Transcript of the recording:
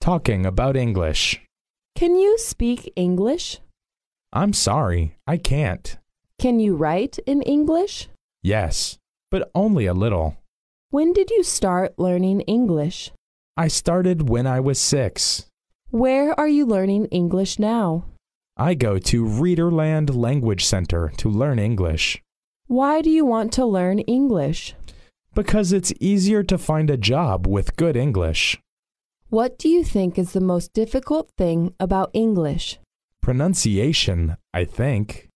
talking about English. Can you speak English? I'm sorry, I can't. Can you write in English? Yes, but only a little. When did you start learning English? I started when I was six. Where are you learning English now? I go to Readerland Language Center to learn English Why do you want to learn English? because it's easier to find a job with good English. What do you think is the most difficult thing about English? Pronunciation, I think.